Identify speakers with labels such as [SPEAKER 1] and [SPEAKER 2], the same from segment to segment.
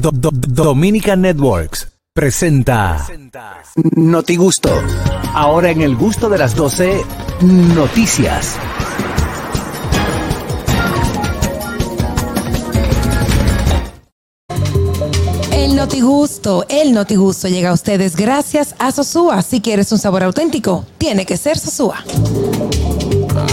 [SPEAKER 1] Do- Do- Dominica Networks presenta Noti Gusto. Ahora en el gusto de las 12, noticias.
[SPEAKER 2] El Notigusto, el Notigusto llega a ustedes gracias a Sosúa. Si quieres un sabor auténtico, tiene que ser Sosúa.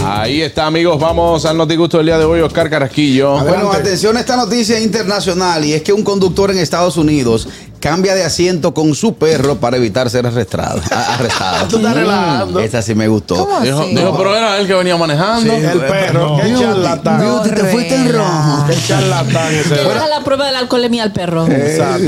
[SPEAKER 3] Ahí está, amigos. Vamos al notigusto del día de hoy, Oscar Carrasquillo.
[SPEAKER 4] Bueno, atención a esta noticia internacional y es que un conductor en Estados Unidos cambia de asiento con su perro para evitar ser arrestado. a- arrestado. Mm,
[SPEAKER 5] Tú estás relajando.
[SPEAKER 4] Esa sí me gustó.
[SPEAKER 2] ¿Cómo así?
[SPEAKER 3] Dijo, dijo, pero era él que venía manejando.
[SPEAKER 4] Sí.
[SPEAKER 5] El perro, qué charlatán.
[SPEAKER 4] Beauty, te fuiste en rojo.
[SPEAKER 5] Qué charlatán ese.
[SPEAKER 6] Le haga la prueba de la alcoholemia al perro.
[SPEAKER 4] Exacto.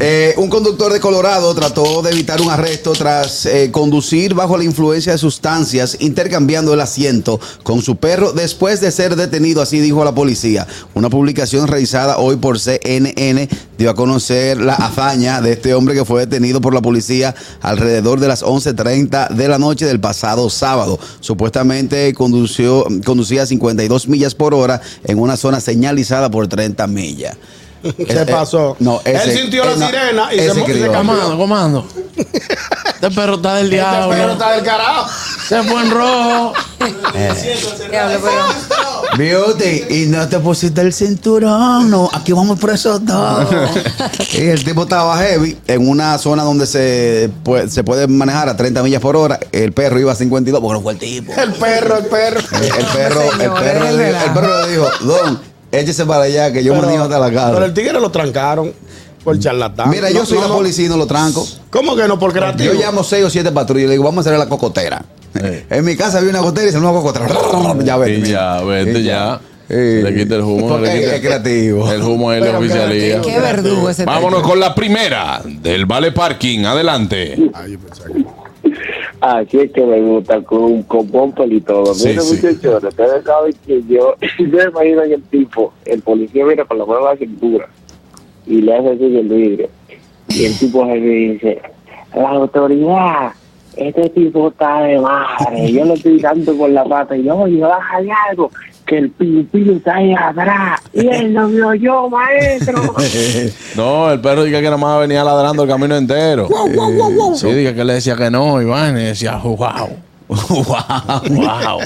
[SPEAKER 4] Eh, un conductor de Colorado trató de evitar un arresto tras eh, conducir bajo la influencia de sustancias, intercambiando el asiento con su perro después de ser detenido, así dijo la policía. Una publicación realizada hoy por CNN dio a conocer la hazaña de este hombre que fue detenido por la policía alrededor de las 11.30 de la noche del pasado sábado. Supuestamente condució, conducía 52 millas por hora en una zona señalizada por 30 millas.
[SPEAKER 5] Se pasó.
[SPEAKER 4] Eh, No, ese-
[SPEAKER 5] Él sintió la
[SPEAKER 4] eh, no,
[SPEAKER 5] sirena y se,
[SPEAKER 4] ese
[SPEAKER 5] mo- y se
[SPEAKER 4] criollo.
[SPEAKER 3] Comando,
[SPEAKER 5] cambió.
[SPEAKER 3] comando. Este perro está del
[SPEAKER 5] Este
[SPEAKER 3] diablo.
[SPEAKER 5] perro está del carajo.
[SPEAKER 3] Se fue en rojo.
[SPEAKER 2] Diablo, pero-
[SPEAKER 4] Beauty, y no te pusiste el cinturón, no, aquí vamos presos todos. y el tipo estaba heavy en una zona donde se, pue- se puede manejar a 30 millas por hora. El perro iba a 52, porque no fue el tipo.
[SPEAKER 5] El perro, el perro.
[SPEAKER 4] El, el perro, el
[SPEAKER 2] Señores,
[SPEAKER 4] perro, le, dijo-
[SPEAKER 2] relajo.
[SPEAKER 4] el perro le dijo, Don, échese para allá que yo
[SPEAKER 5] Pero-
[SPEAKER 4] manejo hasta la
[SPEAKER 5] Pero el
[SPEAKER 4] casa.
[SPEAKER 5] tigre lo trancaron por charlatán.
[SPEAKER 4] Mira, yo
[SPEAKER 5] No,
[SPEAKER 4] soy
[SPEAKER 5] no,
[SPEAKER 4] la
[SPEAKER 5] no.
[SPEAKER 4] policía y no lo tranco.
[SPEAKER 5] ¿Cómo que no por creativo?
[SPEAKER 4] Yo llamo seis o siete patrullas y le digo, vamos a hacer la cocotera. En mi casa había una gotera y se me cocotera. ya vete.
[SPEAKER 3] Y ya, vete
[SPEAKER 4] Y
[SPEAKER 3] ya.
[SPEAKER 4] Eh,
[SPEAKER 3] Le quita el humo.
[SPEAKER 4] porque
[SPEAKER 3] le quita
[SPEAKER 4] es creativo.
[SPEAKER 3] El humo es la
[SPEAKER 5] Pero
[SPEAKER 3] oficialía.
[SPEAKER 5] creativo.
[SPEAKER 2] Qué verdugo ese
[SPEAKER 3] Vámonos con la primera del Vale Parking. Adelante.
[SPEAKER 7] Así es que me gusta, con, con bumper y todo.
[SPEAKER 3] Sí,
[SPEAKER 7] Mira,
[SPEAKER 3] sí.
[SPEAKER 7] muchachos, ustedes saben que yo, yo me imagino que el tipo, el policía viene con la mano en la cintura y le hace así el vidrio. Y el tipo se dice, la autoridad, este tipo está de madre, yo lo estoy dando con la pata y yo, oye, bájale algo, que el pimpín está ahí atrás. Y él lo vio yo, maestro.
[SPEAKER 3] No, el perro dice que nada más venía ladrando el camino entero. Sí, dije que le decía que no, Iván. Y decía, wow.
[SPEAKER 4] wow.
[SPEAKER 3] Wow.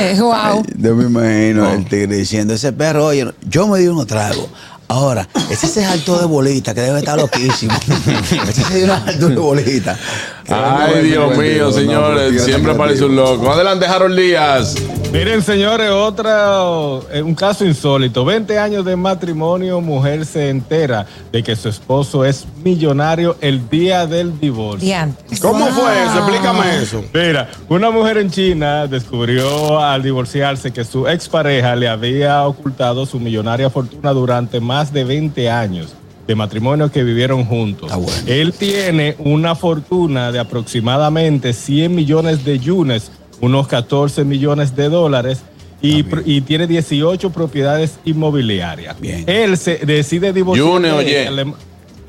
[SPEAKER 2] Eh, wow.
[SPEAKER 4] Yo me imagino el tigre diciendo, ese perro, oye, yo me di unos tragos. Ahora, ese se saltó de bolita que debe estar loquísimo. ese se dio una saltó de bolita.
[SPEAKER 3] Ay, Dios mío, señores. Siempre parece un loco. Adelante, Harold Díaz.
[SPEAKER 8] Miren, señores, otra, eh, un caso insólito. 20 años de matrimonio, mujer se entera de que su esposo es millonario el día del divorcio.
[SPEAKER 2] Diantres.
[SPEAKER 5] ¿Cómo
[SPEAKER 2] Wow.
[SPEAKER 5] fue eso? Explícame eso.
[SPEAKER 8] Mira, una mujer en China descubrió al divorciarse que su expareja le había ocultado su millonaria fortuna durante más de 20 años de matrimonio que vivieron juntos.
[SPEAKER 4] Ah, bueno.
[SPEAKER 8] Él tiene una fortuna de aproximadamente 100 millones de yunes, unos 14 millones de dólares. Y, pro- y tiene 18 propiedades inmobiliarias.
[SPEAKER 4] Bien.
[SPEAKER 8] Él se decide divorciar.
[SPEAKER 3] Yune
[SPEAKER 8] de
[SPEAKER 3] o
[SPEAKER 8] ella,
[SPEAKER 3] yen.
[SPEAKER 8] le-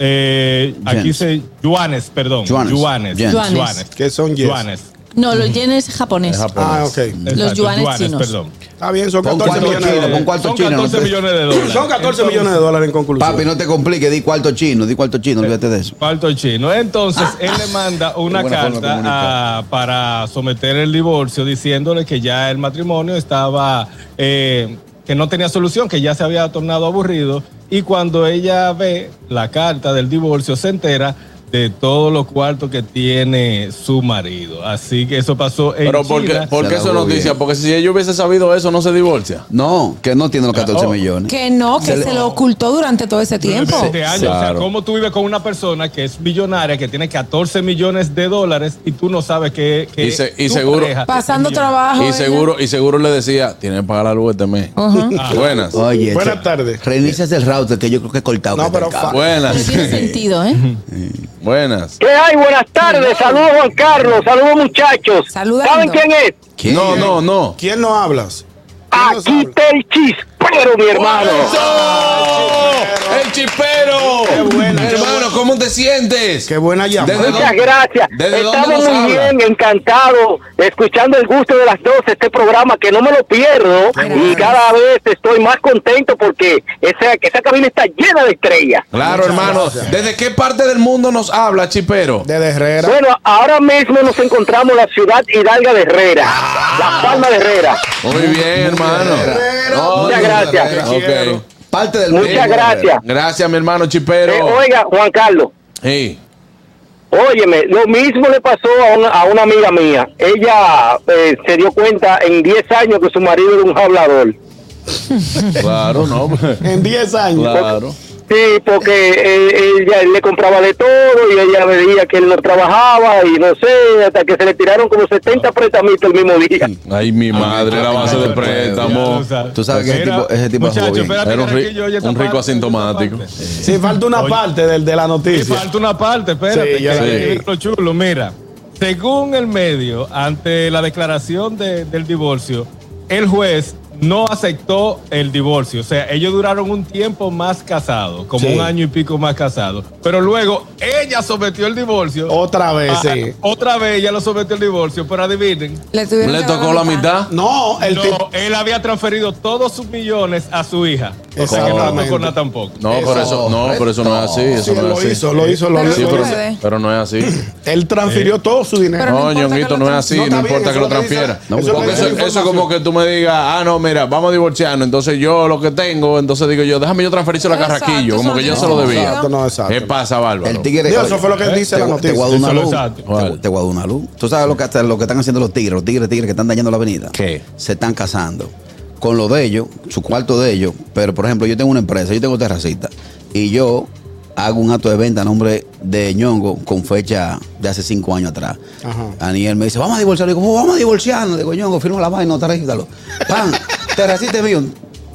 [SPEAKER 8] eh, aquí
[SPEAKER 4] Yens.
[SPEAKER 8] se... Yuanes, perdón.
[SPEAKER 4] Yuanes.
[SPEAKER 8] Yuanes.
[SPEAKER 4] Yens.
[SPEAKER 6] Yuanes.
[SPEAKER 5] Que son yes.
[SPEAKER 8] Yuanes.
[SPEAKER 6] No, los yenes japonés.
[SPEAKER 5] Ah, ok.
[SPEAKER 8] Exacto,
[SPEAKER 6] yuanes chinos.
[SPEAKER 8] Perdón.
[SPEAKER 5] Está bien, son
[SPEAKER 4] Pon
[SPEAKER 5] 14
[SPEAKER 4] cuatro
[SPEAKER 5] millones de
[SPEAKER 4] kilos, pon
[SPEAKER 5] dólares.
[SPEAKER 4] cuarto
[SPEAKER 8] Son
[SPEAKER 4] chino,
[SPEAKER 8] 14
[SPEAKER 4] no te-
[SPEAKER 8] millones de dólares.
[SPEAKER 5] Son 14
[SPEAKER 8] Entonces,
[SPEAKER 5] millones de dólares en conclusión.
[SPEAKER 4] Papi, no te compliques, di cuarto chino, di cuarto chino, olvídate de eso.
[SPEAKER 8] Cuarto chino. Entonces, él le manda una
[SPEAKER 4] Ah. Qué buena forma de
[SPEAKER 8] carta a- para someter el divorcio diciéndole que ya el matrimonio estaba, eh, que no tenía solución, que ya se había tornado aburrido. Y cuando ella ve la carta del divorcio, se entera de todos los cuartos que tiene su marido. Así que eso pasó en
[SPEAKER 3] Pero ¿por qué,
[SPEAKER 8] China.
[SPEAKER 3] por
[SPEAKER 4] Se
[SPEAKER 3] qué
[SPEAKER 4] la
[SPEAKER 3] eso
[SPEAKER 4] jugó
[SPEAKER 3] noticia?
[SPEAKER 4] bien.
[SPEAKER 3] Porque si ella hubiese sabido eso, no se divorcia.
[SPEAKER 4] No, que no
[SPEAKER 5] Ah,
[SPEAKER 4] tiene los 14
[SPEAKER 3] Oh.
[SPEAKER 4] millones.
[SPEAKER 2] Que no, que se, lo ocultó durante todo ese tiempo.
[SPEAKER 8] Durante años. O
[SPEAKER 3] Claro.
[SPEAKER 8] sea, ¿cómo tú vives con una persona que es millonaria, que tiene 14 millones de dólares y tú no sabes que, que
[SPEAKER 3] Y se- y
[SPEAKER 8] tu
[SPEAKER 3] seguro-
[SPEAKER 8] pareja
[SPEAKER 2] Pasando
[SPEAKER 8] es millonaria?
[SPEAKER 2] trabajo.
[SPEAKER 3] Y
[SPEAKER 2] ella.
[SPEAKER 3] seguro, y seguro le decía, tienes que pagar la luz este mes.
[SPEAKER 2] Ajá.
[SPEAKER 3] Buenas.
[SPEAKER 4] Oye,
[SPEAKER 5] Buenas
[SPEAKER 4] se-
[SPEAKER 5] tardes.
[SPEAKER 4] Reinicias el router que yo creo que he cortado.
[SPEAKER 5] No,
[SPEAKER 4] que está
[SPEAKER 5] pero
[SPEAKER 4] el cable.
[SPEAKER 6] Pero
[SPEAKER 3] Buenas.
[SPEAKER 6] tiene sentido, ¿eh?
[SPEAKER 3] Buenas.
[SPEAKER 7] ¿Qué hay? Buenas tardes. Saludos, Juan Carlos. Saludos, muchachos.
[SPEAKER 2] Saludando. ¿Saben quién
[SPEAKER 7] es?
[SPEAKER 4] ¿Quién?
[SPEAKER 3] No, no, no.
[SPEAKER 5] ¿Quién no hablas? ¿Quién nos
[SPEAKER 7] Aquí
[SPEAKER 5] habla?
[SPEAKER 7] está el chispero, mi hermano.
[SPEAKER 3] ¡Eso! ¡El chipero!
[SPEAKER 5] buena, qué
[SPEAKER 3] Hermano, ¿cómo te te sientes?
[SPEAKER 5] Qué buena llamada.
[SPEAKER 3] Desde
[SPEAKER 7] Muchas
[SPEAKER 3] dónde-
[SPEAKER 7] gracias.
[SPEAKER 3] desde dónde
[SPEAKER 7] Estamos
[SPEAKER 3] nos
[SPEAKER 7] muy
[SPEAKER 3] habla?
[SPEAKER 7] bien, encantados, escuchando el gusto de las 12, este programa que no me lo pierdo y
[SPEAKER 2] Gracias.
[SPEAKER 7] cada vez estoy más contento porque esa, esa cabina está llena de estrellas.
[SPEAKER 3] Claro, hermano. ¿Desde qué parte del mundo nos habla, Chipero?
[SPEAKER 5] Desde Herrera.
[SPEAKER 7] Bueno, ahora mismo nos encontramos en la ciudad hidalga de Herrera, La Palma de Herrera.
[SPEAKER 3] Muy bien, hermano.
[SPEAKER 4] Herrera,
[SPEAKER 3] No,
[SPEAKER 7] muchas
[SPEAKER 3] no,
[SPEAKER 7] gracias.
[SPEAKER 3] Herrera,
[SPEAKER 5] Te quiero.
[SPEAKER 3] ok.
[SPEAKER 4] Parte del
[SPEAKER 7] Muchas
[SPEAKER 4] mundo.
[SPEAKER 7] gracias.
[SPEAKER 3] Gracias, mi hermano
[SPEAKER 7] Eh,
[SPEAKER 3] Chipero.
[SPEAKER 7] oiga, Juan Carlos,
[SPEAKER 3] Sí.
[SPEAKER 7] óyeme, lo mismo le pasó a una, a una amiga mía. Ella eh, se dio cuenta en 10 años que su marido era un hablador.
[SPEAKER 3] Claro, no. pues,
[SPEAKER 5] En 10 años.
[SPEAKER 3] Claro.
[SPEAKER 7] Sí, porque eh, ella le compraba de todo y ella veía que él no trabajaba y no sé, hasta que se le tiraron como 70 prestamitos el mismo día.
[SPEAKER 3] Ay, mi madre, la base de préstamo.
[SPEAKER 4] Tú sabes que ese tipo- ese tipo
[SPEAKER 8] muchacho,
[SPEAKER 4] jugó bien.
[SPEAKER 8] espérate,
[SPEAKER 3] Era un
[SPEAKER 8] que
[SPEAKER 3] ri-
[SPEAKER 8] Raquillo oye esta
[SPEAKER 3] un rico
[SPEAKER 8] parte,
[SPEAKER 3] asintomático.
[SPEAKER 8] esta parte.
[SPEAKER 5] Sí, falta una
[SPEAKER 8] Oye.
[SPEAKER 5] parte del, de la
[SPEAKER 8] Y
[SPEAKER 5] noticia.
[SPEAKER 8] falta una parte, espérate.
[SPEAKER 5] Sí, ya
[SPEAKER 8] que
[SPEAKER 5] la
[SPEAKER 8] ahí
[SPEAKER 5] vi.
[SPEAKER 8] viene lo chulo, mira. Según el medio, ante la declaración de- del divorcio, el juez no aceptó el divorcio. O sea, ellos duraron un tiempo más casados, como
[SPEAKER 5] Sí.
[SPEAKER 8] un año y pico más casados. Pero luego ella sometió el divorcio.
[SPEAKER 5] Otra vez,
[SPEAKER 8] Ah,
[SPEAKER 5] sí.
[SPEAKER 8] Otra vez ella lo sometió el divorcio, pero adivinen.
[SPEAKER 2] Le, tuvieron
[SPEAKER 3] Le
[SPEAKER 2] que dar
[SPEAKER 3] tocó la mitad.
[SPEAKER 5] No, el
[SPEAKER 8] no,
[SPEAKER 5] tipo.
[SPEAKER 8] él había transferido todos sus millones a su hija. O sea que no le
[SPEAKER 5] Exactamente.
[SPEAKER 8] tocó nada tampoco.
[SPEAKER 3] No, pero eso, no, pero eso no es así.
[SPEAKER 5] Sí,
[SPEAKER 3] Eso
[SPEAKER 5] él
[SPEAKER 3] no
[SPEAKER 5] lo
[SPEAKER 3] es así.
[SPEAKER 5] hizo, lo hizo, lo
[SPEAKER 2] Pero
[SPEAKER 5] hizo.
[SPEAKER 3] Sí,
[SPEAKER 2] no
[SPEAKER 3] pero,
[SPEAKER 2] puede.
[SPEAKER 3] pero no es así.
[SPEAKER 5] Él
[SPEAKER 8] Eh.
[SPEAKER 5] transfirió todo su dinero.
[SPEAKER 2] Pero no
[SPEAKER 3] No,
[SPEAKER 2] importa
[SPEAKER 3] Ñonguito,
[SPEAKER 2] que lo
[SPEAKER 3] no es así.
[SPEAKER 5] trans-
[SPEAKER 3] No
[SPEAKER 5] No, está
[SPEAKER 3] importa
[SPEAKER 5] bien,
[SPEAKER 3] que lo
[SPEAKER 5] eso es lo que
[SPEAKER 3] transfiera.
[SPEAKER 5] dice-
[SPEAKER 4] No, eso
[SPEAKER 3] Porque
[SPEAKER 4] es lo que
[SPEAKER 3] eso,
[SPEAKER 4] dice
[SPEAKER 5] la
[SPEAKER 3] eso es como que tú me digas, ah, no, mira, vamos a divorciarnos. Entonces yo lo que tengo, entonces digo yo, déjame yo transferirse la
[SPEAKER 2] Exacto,
[SPEAKER 3] carraquillo. Como
[SPEAKER 2] eso
[SPEAKER 3] que yo
[SPEAKER 2] no
[SPEAKER 3] se lo
[SPEAKER 2] tiene
[SPEAKER 3] debía.
[SPEAKER 5] Exacto, no, exacto.
[SPEAKER 3] ¿Qué pasa, Bárbaro?
[SPEAKER 4] El tigre.
[SPEAKER 5] Dios, eso fue lo que dice
[SPEAKER 4] te,
[SPEAKER 5] la
[SPEAKER 4] te
[SPEAKER 5] noticia.
[SPEAKER 4] guardo una
[SPEAKER 8] Eso lo
[SPEAKER 4] luz.
[SPEAKER 8] exacto.
[SPEAKER 4] Te, te guardo una luz. Tú sabes lo que, lo que están haciendo los tigres, los tigres, tigres que están dañando la avenida.
[SPEAKER 3] ¿Qué?
[SPEAKER 4] Se están casando con lo de ellos, su cuarto de ellos. Pero, por ejemplo, yo tengo una empresa, yo tengo terracita. Y yo hago un acto de venta a nombre de Ñongo con fecha de hace cinco años atrás.
[SPEAKER 5] Ajá.
[SPEAKER 4] Aniel me dice, vamos a divorciarnos. Digo, "Oh, vamos a divorciarnos. Digo, Ñongo, firma la vaina, tarjítalo. Pan, terracita es mío.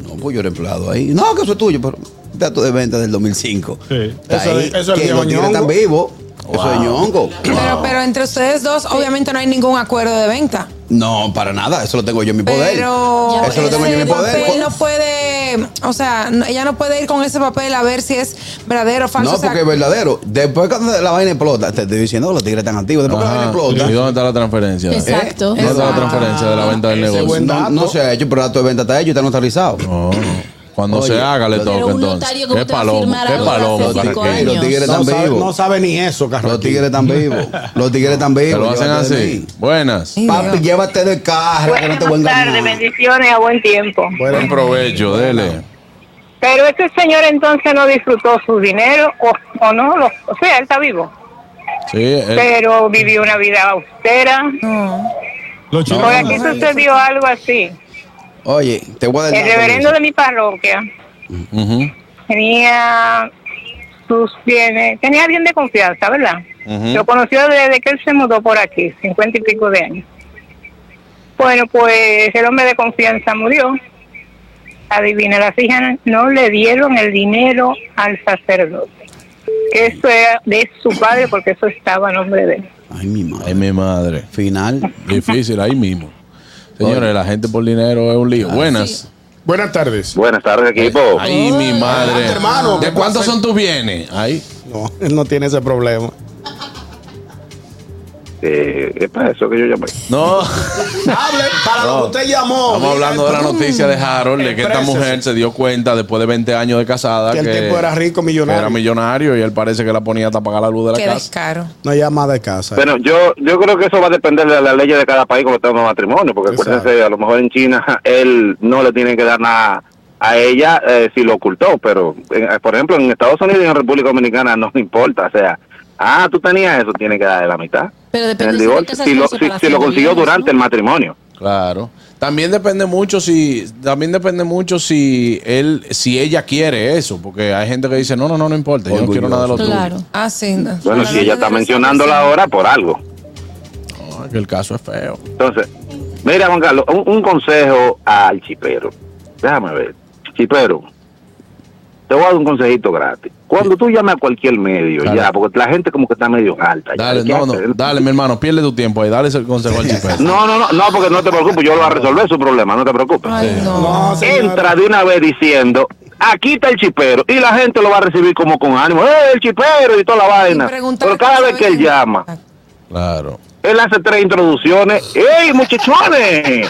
[SPEAKER 4] No, pues yo era empleado ahí. No, que eso es tuyo, pero dato de venta del 2005.
[SPEAKER 8] Sí.
[SPEAKER 4] Está
[SPEAKER 5] Eso-
[SPEAKER 4] ahí,
[SPEAKER 5] eso es el
[SPEAKER 4] que
[SPEAKER 5] viejo
[SPEAKER 4] los tigres
[SPEAKER 5] Ñongo.
[SPEAKER 4] están vivos. Eso es Ñongo.
[SPEAKER 2] Pero, pero entre ustedes dos, obviamente no hay ningún acuerdo de venta.
[SPEAKER 4] No, para nada. Eso lo tengo yo en mi poder.
[SPEAKER 2] Pero
[SPEAKER 4] eso lo tengo yo en
[SPEAKER 2] ese
[SPEAKER 4] mi poder.
[SPEAKER 2] papel no puede, o sea, no- ella no puede ir con ese papel a ver si es verdadero o falso.
[SPEAKER 4] No,
[SPEAKER 2] o sea,
[SPEAKER 4] porque es verdadero. Después cuando la vaina explota, te estoy diciendo, los tigres están activos. Después que la
[SPEAKER 3] Ajá.
[SPEAKER 4] vaina explota. ¿eh?
[SPEAKER 3] ¿Y dónde está la transferencia? ¿Eh?
[SPEAKER 6] Exacto.
[SPEAKER 3] ¿Dónde está la transferencia de la venta del
[SPEAKER 5] Ese
[SPEAKER 3] negocio?
[SPEAKER 5] buen-
[SPEAKER 4] No, no se ha hecho, pero el acto de venta está hecho y está notarizado.
[SPEAKER 3] No, no. Cuando
[SPEAKER 4] Oye,
[SPEAKER 3] se haga, le
[SPEAKER 4] pero
[SPEAKER 3] toca
[SPEAKER 6] un
[SPEAKER 3] entonces.
[SPEAKER 6] notario, ¿cómo
[SPEAKER 3] Qué
[SPEAKER 6] te va a
[SPEAKER 3] palomo,
[SPEAKER 6] firmar
[SPEAKER 3] qué
[SPEAKER 6] algo de hace
[SPEAKER 3] palomo.
[SPEAKER 6] cinco
[SPEAKER 3] Carraquillo.
[SPEAKER 6] años?
[SPEAKER 4] Los tigres
[SPEAKER 5] No
[SPEAKER 4] están
[SPEAKER 5] sabe,
[SPEAKER 4] vivos.
[SPEAKER 5] no sabe ni eso, Carlos.
[SPEAKER 4] Los tigres están vivos. Los tigres están
[SPEAKER 3] Te
[SPEAKER 4] vivos.
[SPEAKER 3] lo hacen
[SPEAKER 4] llévate de
[SPEAKER 3] así.
[SPEAKER 4] mí.
[SPEAKER 3] Buenas.
[SPEAKER 2] Sí.
[SPEAKER 4] Papi, llévate del carro, que no te voy a
[SPEAKER 9] Buenas tardes,
[SPEAKER 4] engañar.
[SPEAKER 9] bendiciones a buen tiempo.
[SPEAKER 3] Buen provecho, dele.
[SPEAKER 9] Pero ese señor entonces no disfrutó su dinero o, o no, lo- o sea, él está vivo,
[SPEAKER 3] Sí, el-
[SPEAKER 9] pero vivió una vida austera.
[SPEAKER 2] no.
[SPEAKER 8] Lo chulo-
[SPEAKER 9] Por aquí sucedió algo así.
[SPEAKER 4] Oye, te voy a dar
[SPEAKER 9] El
[SPEAKER 4] dato,
[SPEAKER 9] reverendo
[SPEAKER 4] Luisa.
[SPEAKER 9] de mi parroquia
[SPEAKER 3] Ujú,
[SPEAKER 9] tenía sus bienes, tenía bien de confianza, ¿verdad?
[SPEAKER 3] Ujú.
[SPEAKER 9] Lo conoció desde que él se mudó por aquí, cincuenta y pico de años. Bueno, pues el hombre de confianza murió. Adivina, las hijas no le dieron el dinero al sacerdote. Que Eso era de su padre porque eso estaba a nombre de él.
[SPEAKER 4] Ay, mi
[SPEAKER 3] Ay,
[SPEAKER 4] madre.
[SPEAKER 3] mi madre.
[SPEAKER 4] Final.
[SPEAKER 3] Difícil, ahí mismo. Señores, la gente por dinero es un
[SPEAKER 5] Ah,
[SPEAKER 3] lío. Buenas.
[SPEAKER 5] Buenas tardes.
[SPEAKER 7] Buenas tardes, equipo.
[SPEAKER 3] Ay, mi madre.
[SPEAKER 5] Oh. Adelante, hermano,
[SPEAKER 3] ¿De
[SPEAKER 5] ¿qué
[SPEAKER 3] cuántos
[SPEAKER 5] pasa?
[SPEAKER 3] son tus bienes? Ahí.
[SPEAKER 5] No, él no tiene ese problema.
[SPEAKER 7] es para Eh, eso que yo llamé.
[SPEAKER 3] No.
[SPEAKER 5] Hable para
[SPEAKER 3] No.
[SPEAKER 5] lo que usted llamó.
[SPEAKER 3] Estamos
[SPEAKER 5] Diga
[SPEAKER 3] hablando de la
[SPEAKER 5] esto.
[SPEAKER 3] noticia de Harold, de que esta
[SPEAKER 5] Exprésese.
[SPEAKER 3] mujer se dio cuenta después de 20 años de casada
[SPEAKER 5] Que el tipo era rico, millonario.
[SPEAKER 3] que era millonario y él parece que la ponía hasta pagar la luz de
[SPEAKER 2] Qué
[SPEAKER 3] la casa.
[SPEAKER 2] descaro.
[SPEAKER 5] No llama de casa.
[SPEAKER 7] Bueno, yo, yo creo que eso va a depender de las leyes de cada país como tenga matrimonio, porque
[SPEAKER 5] Exacto.
[SPEAKER 7] acuérdense, a lo mejor en China él no le tiene que dar nada a ella eh, si lo ocultó, pero eh, por ejemplo en Estados Unidos y en República Dominicana no importa, o sea, ah, tú tenías eso, tiene que darle la mitad.
[SPEAKER 6] Pero depende
[SPEAKER 7] En el
[SPEAKER 6] si
[SPEAKER 7] divorcio,
[SPEAKER 6] casas
[SPEAKER 7] si,
[SPEAKER 6] con
[SPEAKER 7] lo, si, si
[SPEAKER 6] separación
[SPEAKER 7] lo
[SPEAKER 6] de
[SPEAKER 7] consiguió
[SPEAKER 6] bienes,
[SPEAKER 7] durante
[SPEAKER 6] ¿no?
[SPEAKER 7] el matrimonio.
[SPEAKER 3] Claro. También depende mucho si también depende mucho si él si ella quiere eso, porque hay gente que dice, "No, no, no, no importa, yo no quiero nada de lo tuyo".
[SPEAKER 6] Claro.
[SPEAKER 2] Ah, sí. no.
[SPEAKER 7] Bueno,
[SPEAKER 2] Para
[SPEAKER 7] si
[SPEAKER 2] no
[SPEAKER 7] ella
[SPEAKER 2] tener
[SPEAKER 7] está
[SPEAKER 2] esa
[SPEAKER 7] mencionándola
[SPEAKER 2] presión.
[SPEAKER 7] ahora, por algo.
[SPEAKER 3] No, es que el caso es feo.
[SPEAKER 7] Entonces, mira, Juan Carlos, un, un consejo al chipero. Déjame ver. Chipero, te voy a dar un consejito gratis. Cuando tú llames a cualquier medio,
[SPEAKER 3] Dale.
[SPEAKER 7] ya, porque la gente como que está medio alta. ya,
[SPEAKER 3] Dale,
[SPEAKER 7] ¿qué
[SPEAKER 3] no,
[SPEAKER 7] hacer?
[SPEAKER 3] no, dale, mi hermano, pierde tu tiempo ahí, dale ese consejo al chipero.
[SPEAKER 7] No, no, no, no, porque
[SPEAKER 10] pues,
[SPEAKER 7] no te preocupes, yo lo voy a resolver su problema, no te preocupes.
[SPEAKER 2] Ay, no.
[SPEAKER 5] No, señor.
[SPEAKER 7] Entra de una vez diciendo,
[SPEAKER 10] aquí está el chipero y la gente lo va a recibir como con ánimo, ¡eh, el chipero! y toda la vaina.
[SPEAKER 2] preguntar
[SPEAKER 10] Pero cada
[SPEAKER 2] cómo
[SPEAKER 10] vez
[SPEAKER 2] se
[SPEAKER 10] que él
[SPEAKER 2] ven.
[SPEAKER 10] llama,
[SPEAKER 3] Claro.
[SPEAKER 10] él hace tres introducciones. ¡Ey, muchachones!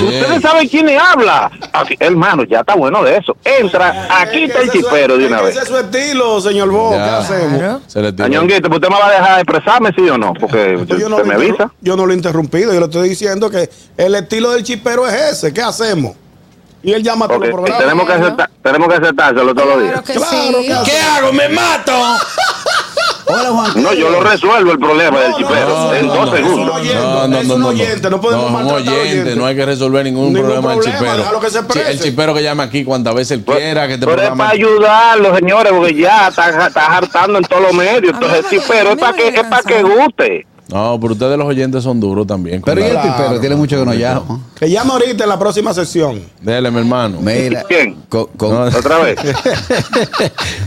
[SPEAKER 10] ¿Ustedes saben quién le habla? Así, hermano, ya está bueno de eso. Entra, aquí está el chipero de una vez.
[SPEAKER 5] Ese es su estilo, señor Bo. ¿Qué
[SPEAKER 3] Ya.
[SPEAKER 5] hacemos?
[SPEAKER 2] Claro.
[SPEAKER 3] Se le tiró.
[SPEAKER 10] Añonguito, ¿usted me va a dejar expresarme, sí o no? Porque
[SPEAKER 5] Pues
[SPEAKER 10] usted
[SPEAKER 5] yo, no
[SPEAKER 10] me
[SPEAKER 5] lo interru-
[SPEAKER 10] avisa.
[SPEAKER 5] yo no lo he interrumpido, yo le estoy diciendo que el estilo del chipero es ese. ¿Qué hacemos? Y él llama a todos
[SPEAKER 10] Ok, eh,
[SPEAKER 5] los programas.
[SPEAKER 10] Tenemos que, aceptar, tenemos que aceptárselo todos los días.
[SPEAKER 2] Claro que
[SPEAKER 5] Claro,
[SPEAKER 2] sí.
[SPEAKER 5] ¿qué hacemos?
[SPEAKER 3] hago? ¿Me mato?
[SPEAKER 4] Hola, Juan.
[SPEAKER 10] No, yo lo resuelvo el problema del
[SPEAKER 5] No,
[SPEAKER 10] chipero
[SPEAKER 5] no,
[SPEAKER 10] en
[SPEAKER 5] no,
[SPEAKER 10] dos
[SPEAKER 5] no,
[SPEAKER 10] segundos.
[SPEAKER 5] no, oyendo, es un oyente, no podemos
[SPEAKER 3] un
[SPEAKER 5] maltratar al
[SPEAKER 3] oyente,
[SPEAKER 5] oyente.
[SPEAKER 3] no hay que resolver ningún,
[SPEAKER 5] Ningún
[SPEAKER 3] problema del
[SPEAKER 5] problema, déjalo que se
[SPEAKER 3] chipero.
[SPEAKER 5] exprese.
[SPEAKER 3] el chipero que llame aquí cuantas veces él quiera, que te
[SPEAKER 10] Pero es para
[SPEAKER 3] programa.
[SPEAKER 10] ayudarlo, señores, porque ya está, está hartando en todos los medios. Entonces,
[SPEAKER 2] A mí
[SPEAKER 10] sí,
[SPEAKER 2] me- a
[SPEAKER 10] pero es
[SPEAKER 2] mí
[SPEAKER 10] para
[SPEAKER 2] me
[SPEAKER 10] que,
[SPEAKER 2] viene
[SPEAKER 10] es para que
[SPEAKER 2] cansado.
[SPEAKER 10] guste.
[SPEAKER 3] No, pero ustedes los oyentes son duros también.
[SPEAKER 4] Pero y el
[SPEAKER 3] compadre.
[SPEAKER 4] chipero, tiene mucho que no llama.
[SPEAKER 5] Que llama ahorita en la próxima sesión.
[SPEAKER 3] Dele, mi hermano.
[SPEAKER 4] Mira,
[SPEAKER 10] ¿Quién?
[SPEAKER 4] con, con-
[SPEAKER 3] No,
[SPEAKER 10] Otra vez.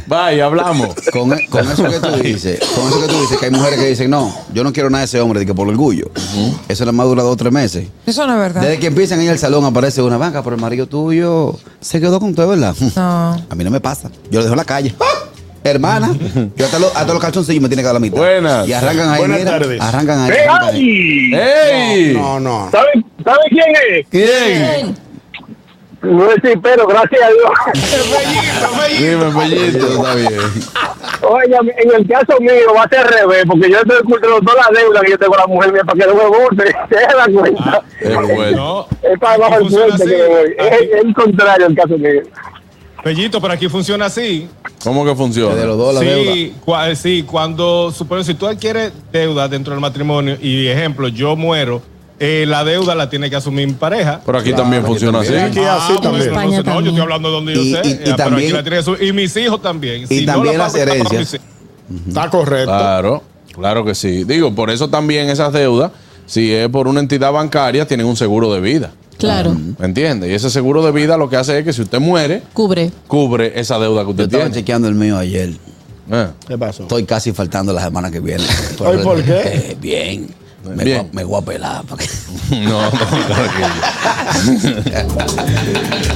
[SPEAKER 3] Vaya, hablamos.
[SPEAKER 4] con- con eso que tú dices, con eso que tú dices, que hay mujeres que dicen, no, yo no quiero nada de ese hombre, de que por orgullo. Eso nada más dura dos o tres meses.
[SPEAKER 2] Eso no es verdad.
[SPEAKER 4] Desde que empiezan en el salón aparece una banca, pero el marido tuyo se quedó con todo, ¿verdad?
[SPEAKER 2] No.
[SPEAKER 4] A mí no me pasa. Yo lo dejo en la calle. ¡Ah! Hermana, yo hasta, lo- hasta los calzoncillos me tiene que dar la mitad.
[SPEAKER 3] Buenas.
[SPEAKER 4] Y arrancan ahí,
[SPEAKER 5] Buenas
[SPEAKER 4] mira,
[SPEAKER 5] tardes.
[SPEAKER 4] Arrancan ahí. arrancan ahí.
[SPEAKER 7] ¡Ay!
[SPEAKER 3] ¡Ey!
[SPEAKER 5] No, no.
[SPEAKER 7] ¿Sabe, sabe quién es?
[SPEAKER 3] ¿Quién?
[SPEAKER 7] No es el pero, gracias a Dios.
[SPEAKER 3] Dime, Pellito, está bien.
[SPEAKER 7] Oye, en el caso mío va a ser al revés, porque yo estoy culpando todas las deudas que yo tengo con la mujer mía para que no me guste. ¿Se dan cuenta?
[SPEAKER 3] Es bueno.
[SPEAKER 8] No,
[SPEAKER 7] es para
[SPEAKER 8] aquí
[SPEAKER 7] abajo el
[SPEAKER 8] funciona
[SPEAKER 7] puente que me
[SPEAKER 8] así.
[SPEAKER 7] voy. Ah. Es, es el contrario el caso mío.
[SPEAKER 8] Pellito, pero aquí funciona así.
[SPEAKER 3] ¿Cómo que
[SPEAKER 4] De los
[SPEAKER 3] funciona?
[SPEAKER 4] dos, la deuda.
[SPEAKER 8] Sí, cua- sí, cuando, supongo, si tú adquieres deuda dentro del matrimonio y, ejemplo, yo muero, eh, la deuda la tiene que asumir mi pareja.
[SPEAKER 3] Pero aquí también funciona así.
[SPEAKER 5] Aquí así
[SPEAKER 8] pues,
[SPEAKER 5] también.
[SPEAKER 6] España
[SPEAKER 8] no, sé, no, yo
[SPEAKER 6] también.
[SPEAKER 8] estoy hablando donde
[SPEAKER 4] Y-
[SPEAKER 8] yo sé.
[SPEAKER 4] y- y
[SPEAKER 8] eh, pero aquí
[SPEAKER 4] también-
[SPEAKER 8] la tiene que asumir. y mis hijos también. Si no,
[SPEAKER 4] también
[SPEAKER 8] la
[SPEAKER 4] las
[SPEAKER 8] pago- la pago a mis
[SPEAKER 4] herencias.
[SPEAKER 8] hijos.
[SPEAKER 5] Está correcto.
[SPEAKER 3] Claro, claro que sí. Digo, por eso también esas deudas, si es por una entidad bancaria, tienen un seguro de vida.
[SPEAKER 6] Claro,
[SPEAKER 3] ¿Me entiendes? Y ese seguro de vida lo que hace es que si usted muere,
[SPEAKER 6] cubre.
[SPEAKER 3] cubre esa deuda que
[SPEAKER 4] Yo
[SPEAKER 3] usted
[SPEAKER 4] estaba
[SPEAKER 3] tiene.
[SPEAKER 4] chequeando el mío ayer.
[SPEAKER 3] Eh.
[SPEAKER 5] ¿Qué pasó?
[SPEAKER 4] Estoy casi faltando la semana que viene.
[SPEAKER 5] ¿Hoy por qué?
[SPEAKER 4] Eh, bien. Me,
[SPEAKER 3] Bien.
[SPEAKER 4] Voy a, me voy a pelar. para que-
[SPEAKER 3] No, no, tranquilo.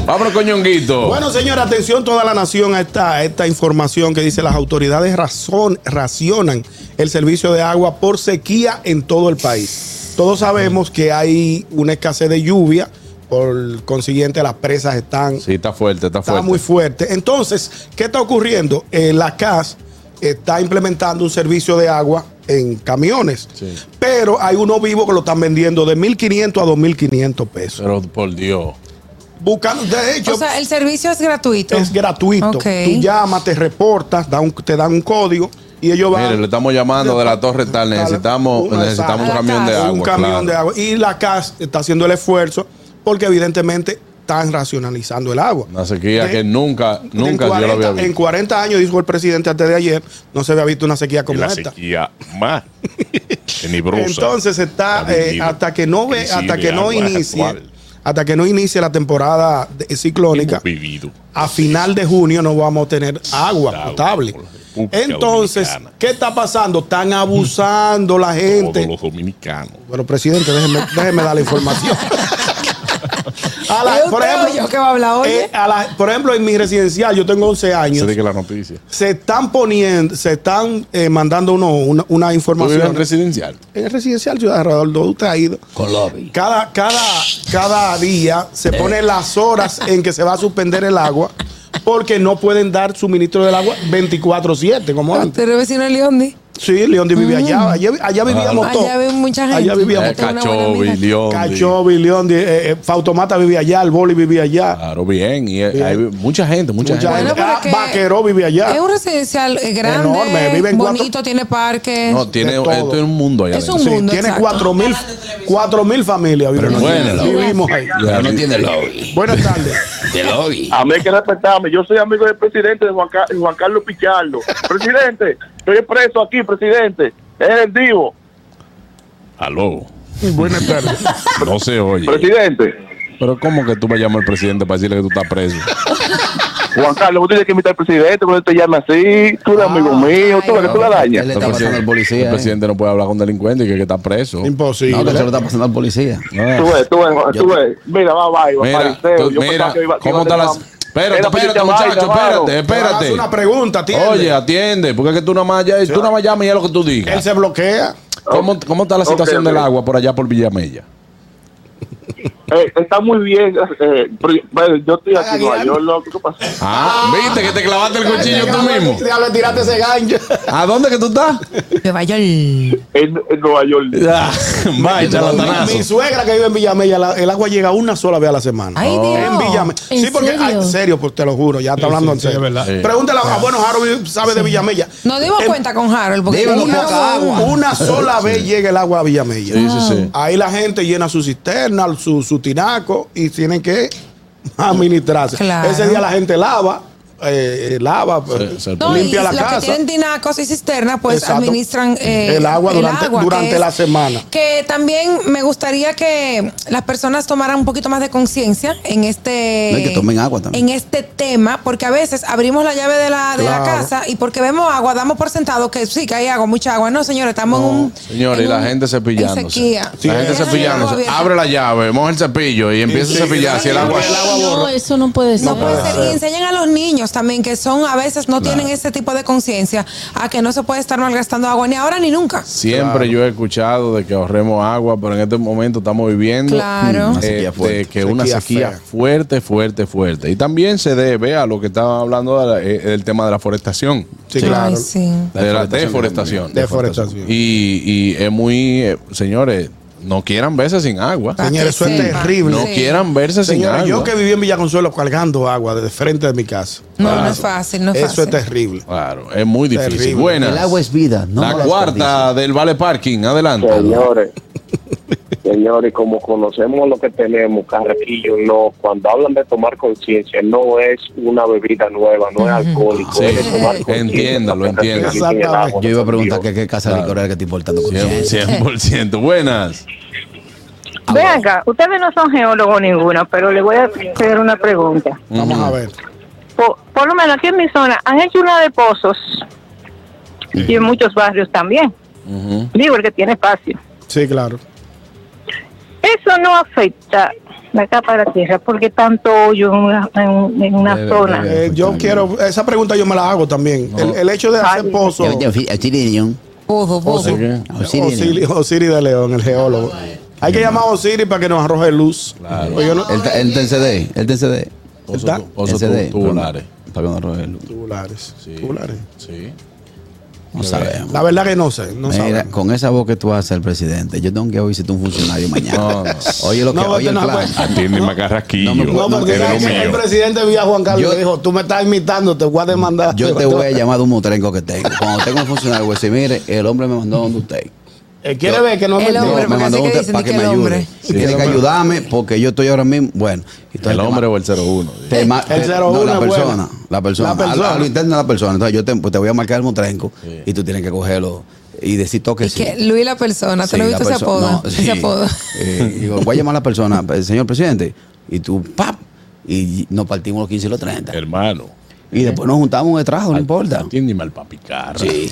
[SPEAKER 3] Vámonos con Ñonguito.
[SPEAKER 5] Bueno, señor, atención toda la nación a esta, a esta información que dice las autoridades razón, racionan el servicio de agua por sequía en todo el país. Todos sabemos que hay una escasez de lluvia, por consiguiente las presas están
[SPEAKER 3] sí, está fuerte, está fuerte.
[SPEAKER 5] Está muy fuerte. Entonces, ¿qué está ocurriendo? Eh, la CAS está implementando un servicio de agua en camiones,
[SPEAKER 3] Sí.
[SPEAKER 5] pero hay uno vivo que lo están vendiendo de 1.500 a 2.500 pesos.
[SPEAKER 3] Pero por Dios.
[SPEAKER 5] Buscando, de hecho,
[SPEAKER 2] O sea, el servicio es gratuito.
[SPEAKER 5] es gratuito.
[SPEAKER 2] Ok.
[SPEAKER 5] Tú llamas, te reportas, da un- te dan un código y ellos van.
[SPEAKER 3] Mire, le estamos llamando de la torre tal. Necesitamos,
[SPEAKER 5] Una
[SPEAKER 3] necesitamos un
[SPEAKER 5] sala.
[SPEAKER 3] camión de agua.
[SPEAKER 5] Un camión
[SPEAKER 3] claro.
[SPEAKER 5] de agua. Y la CAS está haciendo el esfuerzo porque, evidentemente, están racionalizando el agua.
[SPEAKER 3] Una sequía
[SPEAKER 5] De-
[SPEAKER 3] que nunca, nunca
[SPEAKER 5] en
[SPEAKER 3] yo la había
[SPEAKER 5] En
[SPEAKER 3] visto.
[SPEAKER 5] 40 años, dijo el presidente antes de ayer, no se había visto una sequía como esta.
[SPEAKER 3] sequía más. Que ni
[SPEAKER 5] Entonces está
[SPEAKER 3] La
[SPEAKER 5] eh,
[SPEAKER 3] vivido.
[SPEAKER 5] hasta que no ve,
[SPEAKER 3] Visible,
[SPEAKER 5] hasta que no
[SPEAKER 3] agua
[SPEAKER 5] inicie,
[SPEAKER 3] actual.
[SPEAKER 5] hasta que no inicie la temporada de- ciclónica,
[SPEAKER 3] vivido.
[SPEAKER 5] a final de junio no vamos a tener agua
[SPEAKER 3] Estado
[SPEAKER 5] potable.
[SPEAKER 3] por la República
[SPEAKER 5] Entonces,
[SPEAKER 3] Dominicana.
[SPEAKER 5] ¿qué está pasando? Están abusando la gente.
[SPEAKER 3] dominicanos.
[SPEAKER 5] Bueno, presidente, déjeme, déjeme dar la información. A la-
[SPEAKER 2] ¿Es usted o yo que va a hablar, oye?
[SPEAKER 5] eh, a la- por ejemplo, en mi residencial, yo tengo 11 años.
[SPEAKER 3] Se que la noticia.
[SPEAKER 5] se están poniendo, se están eh, mandando uno, una, una
[SPEAKER 3] ¿Tú vives en
[SPEAKER 5] información.
[SPEAKER 3] residencial?
[SPEAKER 5] En el residencial Ciudad de Rodolfo, usted ha ido.
[SPEAKER 4] Con lobby.
[SPEAKER 5] Cada, cada, cada día se ponen las horas en que se va a suspender el agua porque no pueden dar suministro del agua 24-7 como antes.
[SPEAKER 2] Pero vecino de Leondi.
[SPEAKER 5] Sí, León vivía allá. Allá, allá vivíamos todos.
[SPEAKER 2] Mm. Allá vive mucha gente.
[SPEAKER 5] Allá vivíamos
[SPEAKER 2] Yo tengo una buena
[SPEAKER 3] Eh, Cachovi,
[SPEAKER 2] amiga.
[SPEAKER 3] León.
[SPEAKER 5] Cachovi, León, eh, eh, Fautomata vivía allá, el Boli vivía allá.
[SPEAKER 3] Claro, bien. Y eh,
[SPEAKER 5] Bien.
[SPEAKER 3] hay mucha gente, mucha,
[SPEAKER 5] Mucha
[SPEAKER 3] gente.
[SPEAKER 5] gente.
[SPEAKER 2] pero
[SPEAKER 5] Ah,
[SPEAKER 2] que-
[SPEAKER 5] Vaqueró vivía allá.
[SPEAKER 2] Es un residencial eh, grande,
[SPEAKER 5] Enorme, vive en cuatro-
[SPEAKER 2] bonito, tiene parques.
[SPEAKER 3] No, tiene,
[SPEAKER 5] de todo.
[SPEAKER 3] esto es un mundo allá
[SPEAKER 2] Es
[SPEAKER 5] Sí,
[SPEAKER 2] un mundo,
[SPEAKER 5] tiene
[SPEAKER 2] exacto.
[SPEAKER 5] 4.000 4.000 familias.
[SPEAKER 4] no
[SPEAKER 5] viviendo.
[SPEAKER 4] tiene la-
[SPEAKER 5] Vivimos ahí.
[SPEAKER 4] Pero no tiene lobby.
[SPEAKER 5] Buenas tardes.
[SPEAKER 4] De lobby.
[SPEAKER 7] A mí hay que respetarme. Yo soy amigo del presidente de Juan, Ca- Juan Carlos Pichardo. Presidente, estoy preso aquí, presidente. Es el vivo.
[SPEAKER 3] Aló.
[SPEAKER 5] Buenas tardes.
[SPEAKER 3] No se oye.
[SPEAKER 7] Presidente,
[SPEAKER 3] Pero ¿cómo que tú me llamas al presidente para decirle que tú estás preso?
[SPEAKER 7] Juan Carlos, vos tienes que invitar al presidente cuando él te llame así. Tú eres amigo mío, tú, eres- tú la dañas.
[SPEAKER 4] Él le está
[SPEAKER 3] El
[SPEAKER 4] pasando
[SPEAKER 3] presidente,
[SPEAKER 4] al
[SPEAKER 3] el
[SPEAKER 4] policía. eh.
[SPEAKER 3] presidente no puede hablar con delincuentes y que, que está preso.
[SPEAKER 5] Imposible. ¿eh?
[SPEAKER 4] No, que se lo está pasando al policía.
[SPEAKER 3] Ah.
[SPEAKER 7] Tú ves, tú ves, tú ves. Mira, va, va, va,
[SPEAKER 3] Mira,
[SPEAKER 7] Pariseo.
[SPEAKER 3] tú-
[SPEAKER 7] Yo
[SPEAKER 3] mira
[SPEAKER 7] pensaba que iba- que iba
[SPEAKER 3] ¿cómo
[SPEAKER 7] a
[SPEAKER 3] está
[SPEAKER 7] tener
[SPEAKER 3] la,
[SPEAKER 7] más-
[SPEAKER 3] Espérate,
[SPEAKER 10] Era para que
[SPEAKER 3] espérate,
[SPEAKER 10] te vaya,
[SPEAKER 3] muchacho,
[SPEAKER 10] vago.
[SPEAKER 3] espérate,
[SPEAKER 5] Haz
[SPEAKER 3] espérate.
[SPEAKER 5] una pregunta, atiende.
[SPEAKER 3] Oye, atiende, porque es que tú nada más, ya, tú nada más llamas y es lo que tú
[SPEAKER 5] Él
[SPEAKER 3] digas.
[SPEAKER 5] se bloquea.
[SPEAKER 3] ¿Cómo, ¿Cómo está la
[SPEAKER 10] Ok,
[SPEAKER 3] situación del
[SPEAKER 10] ok.
[SPEAKER 3] agua por allá por Villamella?
[SPEAKER 10] Eh, está muy bien. eh, pero- pero yo estoy aquí en Nueva York, loco. ¿Qué pasa?
[SPEAKER 3] Ah, viste que te clavaste el cuchillo tú mismo.
[SPEAKER 5] Déjalo tirarte ese gancho.
[SPEAKER 3] ¿A dónde que tú estás?
[SPEAKER 2] Nueva York.
[SPEAKER 10] En, en Nueva York.
[SPEAKER 3] Ah, Vaya,
[SPEAKER 5] Mi
[SPEAKER 3] charlatanazo.
[SPEAKER 5] suegra que vive en Villamella, la- el agua llega una sola vez a la semana.
[SPEAKER 2] Ay, Dios.
[SPEAKER 5] En Villamella.
[SPEAKER 6] ¿En
[SPEAKER 5] sí, porque
[SPEAKER 6] serio?
[SPEAKER 5] ay, en serio, pues te lo juro, ya está
[SPEAKER 8] Sí,
[SPEAKER 5] hablando
[SPEAKER 8] sí,
[SPEAKER 5] en
[SPEAKER 8] sí,
[SPEAKER 5] serio.
[SPEAKER 8] es verdad.
[SPEAKER 3] Sí.
[SPEAKER 5] Pregúntale a bueno, Harold sabe de Villamella.
[SPEAKER 2] Nos dimos
[SPEAKER 6] pues,
[SPEAKER 5] En-
[SPEAKER 2] cuenta con Harold porque
[SPEAKER 4] Dime,
[SPEAKER 2] tenía
[SPEAKER 4] poca
[SPEAKER 2] como-
[SPEAKER 4] agua.
[SPEAKER 5] Una sola vez llega el agua a Villamella.
[SPEAKER 3] Sí, sí, sí.
[SPEAKER 5] Ahí la gente llena su cisterna, su, su tinaco y tienen que administrarse.
[SPEAKER 2] Claro.
[SPEAKER 5] Ese día la gente lava, eh, lava, eh,
[SPEAKER 3] se-
[SPEAKER 2] No,
[SPEAKER 5] limpia
[SPEAKER 2] y
[SPEAKER 5] la
[SPEAKER 2] los
[SPEAKER 5] casa.
[SPEAKER 2] que tienen tinacos y cisternas, pues
[SPEAKER 5] Exacto.
[SPEAKER 2] administran eh,
[SPEAKER 5] El agua durante-
[SPEAKER 2] que
[SPEAKER 5] durante la semana.
[SPEAKER 2] Que también me gustaría que las personas tomaran un poquito más de conciencia en este
[SPEAKER 4] No, y que tomen agua también.
[SPEAKER 2] en este tema, porque a veces abrimos la llave de la, de la
[SPEAKER 5] Claro.
[SPEAKER 2] casa y porque vemos agua, damos por sentado que sí, que hay agua, mucha agua. No, señores, estamos en un.
[SPEAKER 3] Señores,
[SPEAKER 2] en
[SPEAKER 3] y la
[SPEAKER 2] un-
[SPEAKER 3] gente
[SPEAKER 2] en
[SPEAKER 3] cepillándose.
[SPEAKER 2] sequía.
[SPEAKER 5] Sí,
[SPEAKER 3] la gente
[SPEAKER 5] deja el
[SPEAKER 2] agua
[SPEAKER 3] cepillándose.
[SPEAKER 2] abierta.
[SPEAKER 3] Abre la llave, moja el cepillo y empieza
[SPEAKER 5] sí,
[SPEAKER 3] a cepillar. Si el agua.
[SPEAKER 5] el agua
[SPEAKER 6] No,
[SPEAKER 5] borra.
[SPEAKER 6] eso no puede ser.
[SPEAKER 2] No puede ser. Y enseñan a los niños también, que son a veces no tienen ese tipo de conciencia, a que no se puede estar malgastando agua ni ahora ni nunca.
[SPEAKER 3] Siempre yo he escuchado de que ahorremos agua, pero en este momento estamos viviendo
[SPEAKER 2] Claro.
[SPEAKER 5] Mm.
[SPEAKER 4] Una
[SPEAKER 3] eh,
[SPEAKER 4] sequía
[SPEAKER 3] de
[SPEAKER 4] fuerte.
[SPEAKER 3] que una
[SPEAKER 5] Sequía
[SPEAKER 3] sequía
[SPEAKER 5] fea.
[SPEAKER 3] fuerte, fuerte, fuerte. Y también se debe a lo que estaba hablando de la- eh, del tema de la forestación,
[SPEAKER 5] Sí,
[SPEAKER 2] Ay,
[SPEAKER 5] claro.
[SPEAKER 2] sí.
[SPEAKER 3] de la
[SPEAKER 4] Deforestación.
[SPEAKER 3] deforestación.
[SPEAKER 5] Deforestación.
[SPEAKER 3] Y, y es muy, eh, señores, no quieran verse sin agua.
[SPEAKER 2] Ah,
[SPEAKER 5] Señores, eso
[SPEAKER 2] que
[SPEAKER 5] es
[SPEAKER 2] sepa.
[SPEAKER 5] terrible.
[SPEAKER 3] No
[SPEAKER 2] sí.
[SPEAKER 3] quieran verse
[SPEAKER 5] Señores,
[SPEAKER 3] sin
[SPEAKER 5] yo
[SPEAKER 3] agua.
[SPEAKER 5] que viví en Villaconsuelo cargando agua desde frente de mi casa.
[SPEAKER 2] No, no es fácil, no es
[SPEAKER 5] Eso
[SPEAKER 2] fácil.
[SPEAKER 5] es terrible.
[SPEAKER 3] Claro, es muy difícil.
[SPEAKER 5] Terrible.
[SPEAKER 3] Buenas.
[SPEAKER 4] El agua es vida, no
[SPEAKER 3] la
[SPEAKER 4] la
[SPEAKER 3] cuarta del Vale Parking, adelante.
[SPEAKER 7] Señores, señores, como conocemos lo que tenemos, Carraquillo, no, cuando hablan de tomar conciencia, no es una bebida nueva, no es alcohólico.
[SPEAKER 3] Sí,
[SPEAKER 7] es tomar conciencia.
[SPEAKER 3] entiéndalo, entiéndalo.
[SPEAKER 7] Sin el agua,
[SPEAKER 4] Yo iba a preguntar
[SPEAKER 7] Dios.
[SPEAKER 4] que qué casa licorera que está importando con conciencia.
[SPEAKER 3] 100%. Buenas.
[SPEAKER 9] Ven acá, ustedes no son geólogos ninguno, pero le voy a hacer una pregunta.
[SPEAKER 5] Vamos a ver.
[SPEAKER 9] Por, por lo menos aquí en mi zona han hecho una de pozos y en muchos barrios también.
[SPEAKER 3] Ujú.
[SPEAKER 9] Digo, el que tiene espacio.
[SPEAKER 5] Sí, claro.
[SPEAKER 9] Eso no afecta la capa de la tierra porque tanto hoyo en una, en- en una
[SPEAKER 4] Debe,
[SPEAKER 9] zona.
[SPEAKER 4] debe.
[SPEAKER 5] Eh, yo quiero, esa pregunta yo me la hago también. El, el hecho de hacer
[SPEAKER 9] Ay.
[SPEAKER 5] pozo.
[SPEAKER 4] Yo- yo- Auxilium.
[SPEAKER 5] Oh,
[SPEAKER 2] Bobo,
[SPEAKER 3] Oh,
[SPEAKER 2] bobo.
[SPEAKER 4] Auxilium.
[SPEAKER 5] Osiris, Osiris de León, el geólogo. Hay que llamar a Osiris para que nos arroje luz.
[SPEAKER 3] Claro.
[SPEAKER 5] Oye, yo no-
[SPEAKER 4] El ta- El TCD, el TCD.
[SPEAKER 3] Oso
[SPEAKER 5] ¿Está?
[SPEAKER 3] tu- oso
[SPEAKER 4] El TCD,
[SPEAKER 3] tu- tubulares.
[SPEAKER 4] Está viendo Rogelio.
[SPEAKER 5] Tubulares.
[SPEAKER 3] Sí.
[SPEAKER 5] Tubulares.
[SPEAKER 3] Sí.
[SPEAKER 4] No sabemos.
[SPEAKER 5] La verdad que no sé. No
[SPEAKER 4] Mira,
[SPEAKER 5] sabemos.
[SPEAKER 4] con esa voz que tú haces, el presidente, yo tengo que ir a visitar un funcionario mañana.
[SPEAKER 3] No, no.
[SPEAKER 4] Oye, lo que
[SPEAKER 5] No,
[SPEAKER 4] oye, el
[SPEAKER 5] no,
[SPEAKER 4] plan.
[SPEAKER 5] pues.
[SPEAKER 3] Atiéndeme a
[SPEAKER 4] No me
[SPEAKER 3] Carrasquillo.
[SPEAKER 4] puedo-
[SPEAKER 5] No, porque
[SPEAKER 4] Era
[SPEAKER 5] el,
[SPEAKER 4] lo
[SPEAKER 5] el
[SPEAKER 4] mío.
[SPEAKER 5] presidente vía Juan Carlos
[SPEAKER 4] Yo-
[SPEAKER 5] le dijo, tú me estás imitando, te voy a demandar.
[SPEAKER 4] Yo te voy a llamar de un motrenco que tengo. Cuando tengo un funcionario, voy a decir, mire, el hombre me mandó donde usted.
[SPEAKER 5] Eh, ¿Quiere ver que no
[SPEAKER 2] El
[SPEAKER 5] me
[SPEAKER 2] hombre,
[SPEAKER 4] me
[SPEAKER 2] porque
[SPEAKER 4] mandó
[SPEAKER 2] así que
[SPEAKER 4] usted
[SPEAKER 2] dicen,
[SPEAKER 4] para
[SPEAKER 2] di
[SPEAKER 4] que,
[SPEAKER 2] que
[SPEAKER 4] me
[SPEAKER 2] el
[SPEAKER 4] ayude.
[SPEAKER 2] hombre.
[SPEAKER 4] Sí, Tiene que ayudarme porque yo estoy ahora mismo, bueno. este
[SPEAKER 3] El hombre o el 01.
[SPEAKER 4] Te ma-
[SPEAKER 5] El
[SPEAKER 4] te-
[SPEAKER 5] 01
[SPEAKER 4] no, la
[SPEAKER 5] es
[SPEAKER 4] persona,
[SPEAKER 5] bueno.
[SPEAKER 4] la persona.
[SPEAKER 5] La
[SPEAKER 4] A-
[SPEAKER 5] persona.
[SPEAKER 4] A, lo interno de la persona. Entonces yo te, pues, te voy a marcar el motrenco y tú tienes que cogerlo y decir toque
[SPEAKER 2] Y
[SPEAKER 4] sí.
[SPEAKER 2] que Luis la persona,
[SPEAKER 4] Sí,
[SPEAKER 2] te lo he
[SPEAKER 4] la
[SPEAKER 2] visto ese
[SPEAKER 4] perso-
[SPEAKER 2] apodo.
[SPEAKER 4] no,
[SPEAKER 2] ese
[SPEAKER 4] sí.
[SPEAKER 2] apodo.
[SPEAKER 4] Eh, digo, voy a llamar a la persona, eh, señor presidente. Y tú, ¡pap! Y nos partimos los 15 y los 30.
[SPEAKER 3] Hermano.
[SPEAKER 4] Y después nos juntamos de trabajo, no importa.
[SPEAKER 3] Atiéndeme al papicar.
[SPEAKER 4] Sí.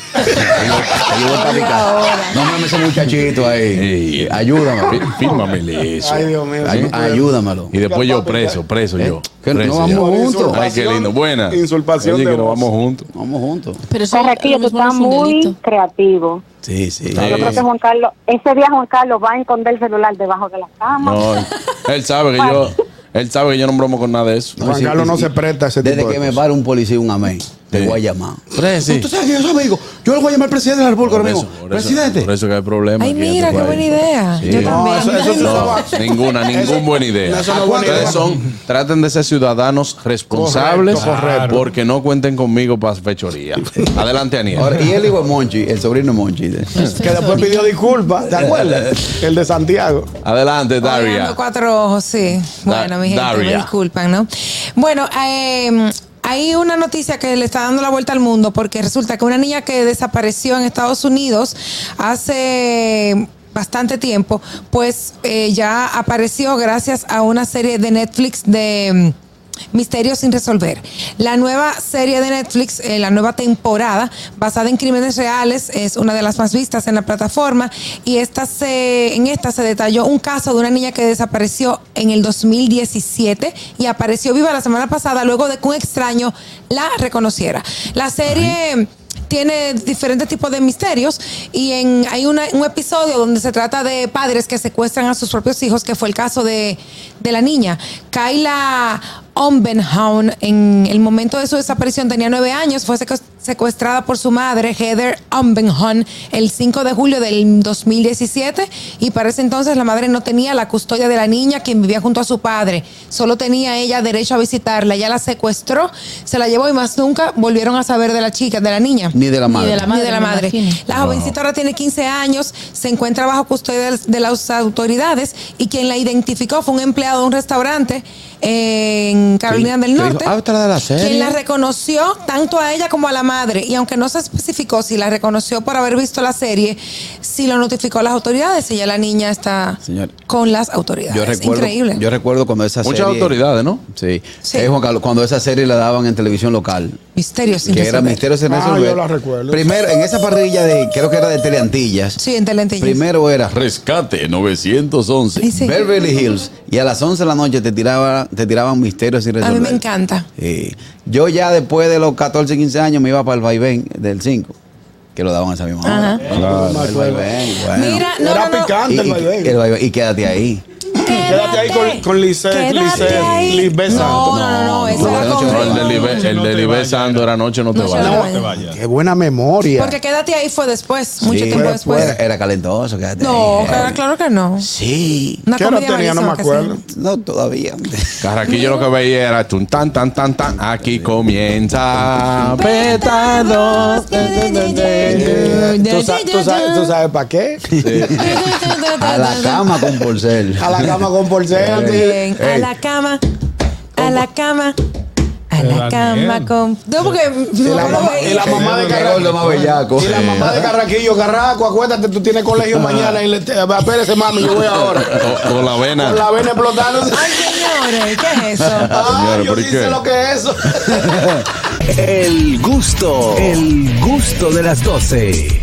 [SPEAKER 4] Ayúdame a picar. No mames ese muchachito ahí.
[SPEAKER 3] Sí.
[SPEAKER 4] Ayúdame.
[SPEAKER 3] Fírmamele eso.
[SPEAKER 5] Ay, Dios mío.
[SPEAKER 4] Ay-
[SPEAKER 5] sí.
[SPEAKER 4] ayúdamelo.
[SPEAKER 3] Y después yo preso, preso yo.
[SPEAKER 4] que no
[SPEAKER 3] preso
[SPEAKER 4] vamos
[SPEAKER 3] yo.
[SPEAKER 4] juntos.
[SPEAKER 3] Ay, qué lindo. Buenas.
[SPEAKER 5] Insulpación
[SPEAKER 3] Oye,
[SPEAKER 5] de
[SPEAKER 3] que nos
[SPEAKER 5] voz.
[SPEAKER 3] vamos juntos.
[SPEAKER 4] Vamos juntos.
[SPEAKER 6] Pero eso
[SPEAKER 11] Carraquillo,
[SPEAKER 6] lo
[SPEAKER 11] tú
[SPEAKER 6] mismo no
[SPEAKER 11] estás
[SPEAKER 6] es un
[SPEAKER 11] muy
[SPEAKER 6] delito.
[SPEAKER 11] creativo.
[SPEAKER 4] Sí, sí.
[SPEAKER 11] Yo creo que Juan Carlos, ese día Juan Carlos va a esconder el celular debajo de la cama.
[SPEAKER 3] No, él- él sabe que yo, él sabe que yo no bromo con nada de eso.
[SPEAKER 5] Juan
[SPEAKER 4] sí,
[SPEAKER 5] Carlos
[SPEAKER 4] sí,
[SPEAKER 5] no
[SPEAKER 4] sí.
[SPEAKER 5] se presta a ese
[SPEAKER 4] Desde
[SPEAKER 5] tipo de
[SPEAKER 4] que me
[SPEAKER 5] cosas.
[SPEAKER 4] para un policía y un amén, te voy a llamar.
[SPEAKER 3] Presi.
[SPEAKER 4] Tú sabes que yo soy amigo. Yo le voy a llamar al presidente de la República
[SPEAKER 3] Por
[SPEAKER 4] ahora
[SPEAKER 3] eso,
[SPEAKER 4] mismo.
[SPEAKER 3] por eso-
[SPEAKER 4] Presidente.
[SPEAKER 3] por eso que hay problemas.
[SPEAKER 2] Ay,
[SPEAKER 3] aquí en
[SPEAKER 2] mira,
[SPEAKER 3] este
[SPEAKER 2] qué
[SPEAKER 3] país.
[SPEAKER 2] buena idea.
[SPEAKER 3] Sí.
[SPEAKER 2] Yo
[SPEAKER 3] No,
[SPEAKER 2] también.
[SPEAKER 5] eso- eso se
[SPEAKER 3] No,
[SPEAKER 5] usaba-
[SPEAKER 3] ninguna, ninguna buena idea.
[SPEAKER 5] eso no es buena idea.
[SPEAKER 3] Ustedes son, traten de ser ciudadanos responsables
[SPEAKER 5] Correcto, correcto.
[SPEAKER 3] porque no cuenten conmigo para fechoría. Adelante, Aniel.
[SPEAKER 4] Ahora, y él digo Monchi, el sobrino Monchi.
[SPEAKER 5] Que después pidió disculpas, ¿te acuerdas? El de Santiago.
[SPEAKER 3] Adelante, Daria.
[SPEAKER 2] Orlando Cuatro Ojos, sí.
[SPEAKER 3] Da-
[SPEAKER 2] Bueno, mi gente, me
[SPEAKER 3] Daria.
[SPEAKER 2] disculpan, ¿no? Bueno, eh, hay una noticia que le está dando la vuelta al mundo porque resulta que una niña que desapareció en Estados Unidos hace bastante tiempo, pues eh, ya apareció gracias a una serie de Netflix de mm, Misterios sin resolver. La nueva serie de Netflix, eh, la nueva temporada, basada en crímenes reales, es una de las más vistas en la plataforma y esta se, en esta se detalló un caso de una niña que desapareció en el 2017 y apareció viva la semana pasada luego de que un extraño la reconociera. La serie tiene diferentes tipos de misterios y en, hay una- un episodio donde se trata de padres que secuestran a sus propios hijos, que fue el caso de, de la niña. Kyla Ombenhaun, en el momento de su desaparición, tenía nueve años, fue secues- secuestrada por su madre, Heather Ombenhaun, el 5 de julio del 2017 y para ese entonces la madre no tenía la custodia de la niña, quien vivía junto a su padre. Solo tenía ella derecho a visitarla. Ella la secuestró, se la llevó y más nunca volvieron a saber de la chica, de la niña.
[SPEAKER 4] Ni de la
[SPEAKER 2] Ni
[SPEAKER 4] madre.
[SPEAKER 2] de la madre.
[SPEAKER 6] me imagino.
[SPEAKER 2] La jovencita ahora tiene 15 años, se encuentra bajo custodia de- de las autoridades y quien la identificó fue un empleado de un restaurante eh, en Carolina del
[SPEAKER 12] Que dijo,
[SPEAKER 2] Norte.
[SPEAKER 12] "Ah, esta es la de la
[SPEAKER 2] Quien
[SPEAKER 12] serie".
[SPEAKER 2] la reconoció tanto a ella como a la madre. Y aunque no se especificó si la reconoció por haber visto la serie, sí lo notificó a las autoridades y ya la niña está
[SPEAKER 4] Señor.
[SPEAKER 2] con las autoridades.
[SPEAKER 4] Yo recuerdo,
[SPEAKER 2] Increíble.
[SPEAKER 4] yo recuerdo cuando esa
[SPEAKER 3] Muchas
[SPEAKER 4] serie.
[SPEAKER 3] autoridades, ¿no?
[SPEAKER 4] Sí.
[SPEAKER 2] Sí.
[SPEAKER 4] Eh, Juan Carlos, cuando esa serie la daban en televisión local.
[SPEAKER 2] Misterios sin
[SPEAKER 4] que era
[SPEAKER 2] resolver.
[SPEAKER 4] Misterios sin
[SPEAKER 5] Ah,
[SPEAKER 4] resolver. Primero, en esa parrilla de, creo que era de Teleantillas.
[SPEAKER 2] Sí, en Telentillas.
[SPEAKER 4] Primero era Rescate 911,
[SPEAKER 2] Ay, sí.
[SPEAKER 4] Beverly Hills. Y a las 11 de la noche te, tiraba, te tiraban misterios sin
[SPEAKER 2] A
[SPEAKER 4] resolver.
[SPEAKER 2] mí me encanta.
[SPEAKER 4] Sí. Yo ya después de los 14, 15 años me iba para el vaivén del 5, que lo daban a esa misma hora.
[SPEAKER 2] Ajá.
[SPEAKER 4] Claro, el vaivén, bueno.
[SPEAKER 2] Mira, no, Era no, no. picante
[SPEAKER 4] Y-
[SPEAKER 5] el
[SPEAKER 4] y-
[SPEAKER 5] vaivén.
[SPEAKER 4] el vaivén, Y quédate ahí.
[SPEAKER 5] Quédate ahí con, con Lisset,
[SPEAKER 2] Quédate ahí.
[SPEAKER 5] Lisset, Lisbeth
[SPEAKER 2] No, no,
[SPEAKER 5] Santos.
[SPEAKER 2] no, no, eso
[SPEAKER 3] No,
[SPEAKER 2] era
[SPEAKER 3] de noche
[SPEAKER 2] con
[SPEAKER 3] no,
[SPEAKER 2] Raymond.
[SPEAKER 3] el de Libe- el de Libe Sando era noche no te
[SPEAKER 2] No,
[SPEAKER 3] vayas.
[SPEAKER 2] no te
[SPEAKER 5] Qué buena memoria.
[SPEAKER 2] Porque quédate ahí fue después, mucho
[SPEAKER 4] Sí,
[SPEAKER 2] tiempo
[SPEAKER 4] era-
[SPEAKER 2] después.
[SPEAKER 4] Era, era calentoso, quédate
[SPEAKER 2] No,
[SPEAKER 4] ahí.
[SPEAKER 2] claro, claro que no.
[SPEAKER 4] Sí.
[SPEAKER 2] Una
[SPEAKER 5] ¿Qué hora
[SPEAKER 2] comedia
[SPEAKER 5] tenía? No me
[SPEAKER 2] malísima que sí.
[SPEAKER 5] acuerdo.
[SPEAKER 4] No, todavía.
[SPEAKER 3] Carraquillo lo que veía era tun, tan, tan, tan, tan. Aquí comienza.
[SPEAKER 2] Petardos.
[SPEAKER 5] Eh, ¿Tú, sa- tú sabes, tú sabes para qué?
[SPEAKER 4] A la cama con porcel.
[SPEAKER 5] A la cama con porcel.
[SPEAKER 2] Bien, a la cama, a la cama, a la
[SPEAKER 8] Daniel.
[SPEAKER 2] cama con. No, porque mi
[SPEAKER 5] Y la
[SPEAKER 2] mamá lo
[SPEAKER 5] mamá, y
[SPEAKER 2] veía.
[SPEAKER 5] la mamá de
[SPEAKER 4] Era lo más
[SPEAKER 5] Carraquillo.
[SPEAKER 4] bellaco.
[SPEAKER 5] Y la mamá de Carraquillo, Carraco, acuérdate, tú tienes colegio mañana y le te- espérese, mami, yo voy ahora.
[SPEAKER 3] Con la
[SPEAKER 5] Con
[SPEAKER 3] vena.
[SPEAKER 5] la vena explotando.
[SPEAKER 2] Ay, señores, ¿qué es eso?
[SPEAKER 5] Ah,
[SPEAKER 3] Señores,
[SPEAKER 5] yo
[SPEAKER 3] ¿por
[SPEAKER 5] sí
[SPEAKER 3] qué?
[SPEAKER 5] sé lo que es eso.
[SPEAKER 1] El gusto. El gusto de las 12.